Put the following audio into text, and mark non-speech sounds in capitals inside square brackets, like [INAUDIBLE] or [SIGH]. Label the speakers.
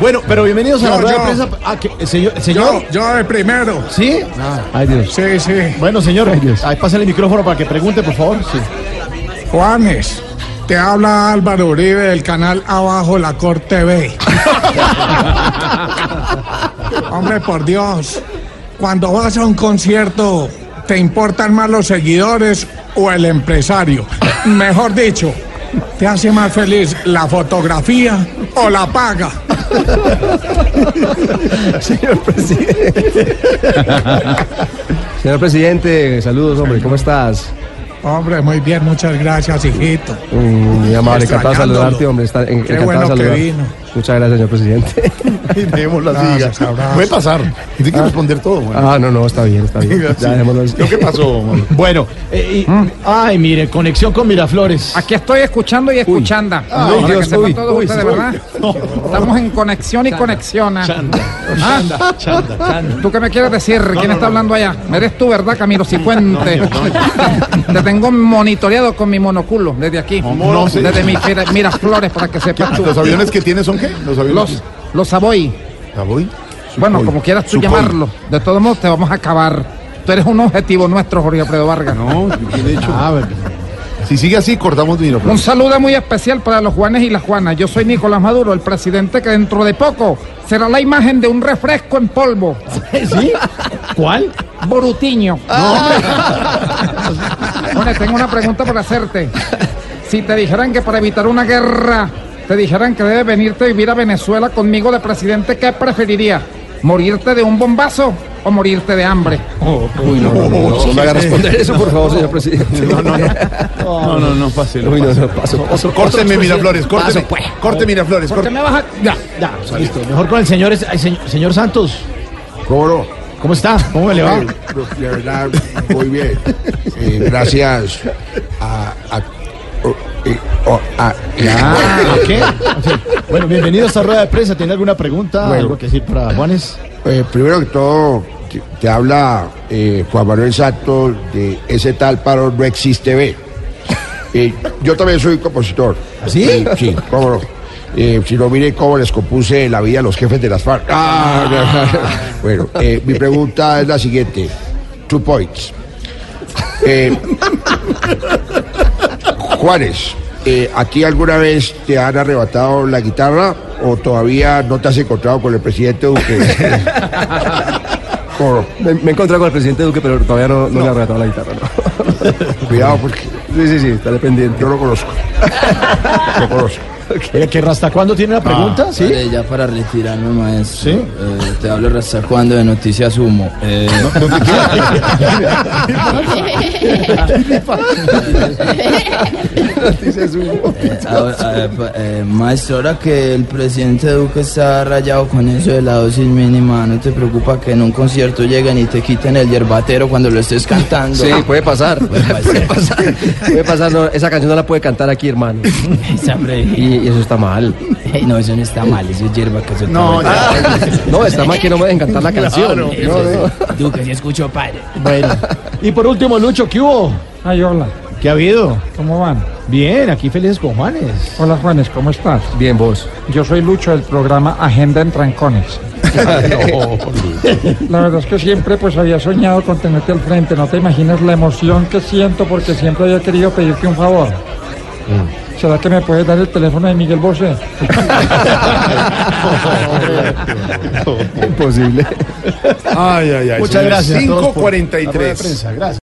Speaker 1: Bueno, pero bienvenidos a la
Speaker 2: Yo,
Speaker 1: rueda de
Speaker 2: yo.
Speaker 1: prensa. Ah, que- eh, señor, señor.
Speaker 2: Yo, yo el primero.
Speaker 1: ¿Sí?
Speaker 3: Ah.
Speaker 1: Ay, Dios.
Speaker 2: Sí, sí.
Speaker 1: Bueno, señor, ahí pásale el micrófono para que pregunte, por favor. Sí.
Speaker 2: Juanes, te habla Álvaro Uribe del canal Abajo la Corte B. [LAUGHS] Hombre, por Dios, cuando vas a un concierto, ¿te importan más los seguidores o el empresario? Mejor dicho, ¿te hace más feliz la fotografía o la paga?
Speaker 4: Señor presidente. Señor presidente, saludos, hombre, ¿cómo estás?
Speaker 2: Hombre, muy bien, muchas gracias, hijito.
Speaker 4: Mm, Mi amable, encantado de
Speaker 2: Extrañándolo.
Speaker 4: saludarte, hombre. está- en-
Speaker 2: Qué
Speaker 4: encantado de
Speaker 2: bueno que
Speaker 4: saludar.
Speaker 2: vino.
Speaker 4: Muchas gracias, señor presidente.
Speaker 3: Dejemos la
Speaker 2: Abrazos,
Speaker 3: siga.
Speaker 2: abrazos.
Speaker 3: Puede pasar. Tiene que responder todo, güey.
Speaker 4: Ah, no, no, está bien, está bien.
Speaker 3: Diga, sí.
Speaker 4: Ya dejémoslo así.
Speaker 3: ¿Lo que pasó, ¿Mm? güey?
Speaker 1: Bueno, eh, y- ay, mire, conexión con Miraflores.
Speaker 5: Aquí estoy escuchando y escuchando.
Speaker 3: Ah,
Speaker 4: uy,
Speaker 5: para
Speaker 4: Dios,
Speaker 5: que sepan
Speaker 4: uy,
Speaker 5: todos
Speaker 4: uy,
Speaker 5: ustedes,
Speaker 4: uy.
Speaker 5: ¿verdad? Estamos en conexión y conexión. ah.
Speaker 1: Chanda, chanda, chanda.
Speaker 5: ¿Tú qué me quieres decir? ¿Quién está hablando allá? Eres tú, ¿verdad, Camilo Cifuente? [LAUGHS] Te tengo monitoreado con mi monoculo desde aquí.
Speaker 3: no, sí.
Speaker 5: desde mis mira- Miraflores, para que sepas tú.
Speaker 3: ¿Los aviones que tiene son qué? ¿Los aviones?
Speaker 5: Los, los Savoy.
Speaker 3: Savoy.
Speaker 5: Bueno,
Speaker 3: Sukhoi.
Speaker 5: como quieras tú
Speaker 3: Sukhoi.
Speaker 5: llamarlo. De todos modos, te vamos a acabar. Tú eres un objetivo nuestro, Jorge Alfredo Vargas.
Speaker 3: No, bien hecho.
Speaker 1: A ver,
Speaker 3: Si sigue así, cortamos dinero.
Speaker 5: Un saludo muy especial para los Juanes y las Juanas. Yo soy Nicolás Maduro, el presidente que dentro de poco será la imagen de un refresco en polvo,
Speaker 1: ¿Sí? ¿Cuál?
Speaker 5: Borutiño. Bueno, tengo una pregunta para hacerte. Si te dijeran que para evitar una guerra, te dijeran que debes venirte a vivir a Venezuela conmigo de presidente, ¿qué preferirías? ¿Morirte de un bombazo o morirte de hambre?
Speaker 4: Uy, no, no, no, no, no me haga responder eso, por favor, señor presidente. No, no, no.
Speaker 3: No, no, no, pase.
Speaker 4: Uy, no, no, paso, paso.
Speaker 3: Córteme, Miraflores, córteme.
Speaker 1: pues.
Speaker 3: Corte Miraflores,
Speaker 1: ¿Por qué
Speaker 3: corte.
Speaker 1: me baja? Ya, ya, listo. Mejor con el señor, es- ay, señor, señor Santos.
Speaker 6: Coro,
Speaker 1: ¿Cómo está? ¿Cómo me le va?
Speaker 6: la verdad, muy bien. Eh, gracias a. a- o- eh, o- a-
Speaker 1: Ah, [LAUGHS] ¿qué? Ok. Bueno, bienvenido a esta rueda de prensa. ¿Tiene alguna pregunta?
Speaker 6: Bueno.
Speaker 1: ¿Algo que decir para [LAUGHS] Juanes?
Speaker 6: Eh, primero que todo, te, te habla eh, Juan Manuel Santos de ese tal paro no existe B. Eh, yo también soy compositor.
Speaker 1: ¿Sí?
Speaker 6: Eh, sí, cómo no. Eh, si no, mire cómo les compuse la vida a los jefes de las FARC. Ah, no. [LAUGHS] Bueno, eh, mi pregunta es la siguiente. Two points. Eh, Juárez, eh, ¿a ti alguna vez te han arrebatado la guitarra o todavía no te has encontrado con el presidente Duque? Coro.
Speaker 4: Me, me he encontrado con el presidente Duque, pero todavía no, no le ha arrebatado la guitarra. ¿no?
Speaker 6: Cuidado porque
Speaker 4: Sí, sí, sí, estaré pendiente.
Speaker 6: yo lo conozco. Lo conozco.
Speaker 1: Eh, ¿Que hasta cuándo tiene la pregunta? ¿Sí?
Speaker 7: Vale, ya para retirarme,
Speaker 1: ¿Sí?
Speaker 7: maestro. Eh, te hablo hasta cuando de Noticias Humo. Eh, [LAUGHS] eh, ahora, eh, pa- eh, maestro, ahora que el presidente Duque está rayado con eso de la dosis mínima, ¿no te preocupa que en un concierto lleguen y te quiten el yerbatero cuando lo estés cantando? [LAUGHS]
Speaker 4: Sí, puede pasar. [LAUGHS] Puede pasar. Puede pasar. no, esa canción no la puede cantar aquí, hermano.
Speaker 7: Esa, hombre.
Speaker 4: Y, y eso está mal.
Speaker 7: Ey, [LAUGHS] no, eso no está mal, eso es hierba que se
Speaker 3: No,
Speaker 7: toma.
Speaker 3: ya.
Speaker 4: No, está mal que no me dejen cantar la canción. No, no.
Speaker 7: Duque, sí escucho, padre.
Speaker 1: Bueno. Y por último, Lucho, ¿qué hubo?
Speaker 5: Ay, hola,
Speaker 1: ¿Qué ha habido?
Speaker 5: ¿cómo van?
Speaker 1: Bien, aquí felices con Juanes.
Speaker 5: Hola, Juanes, ¿cómo estás?
Speaker 4: Bien, vos.
Speaker 5: Yo soy Lucho del programa Agenda en Trancones. La verdad es que siempre pues había soñado con tenerte al frente, no te imaginas la emoción que siento porque siempre había querido pedirte un favor. ¿Será que me puedes dar el teléfono de Miguel Bosé?
Speaker 4: Imposible.
Speaker 3: Ay, ay, ay.
Speaker 1: Muchas gracias a todos por la rueda de
Speaker 3: 5.43.
Speaker 1: prensa. Gracias.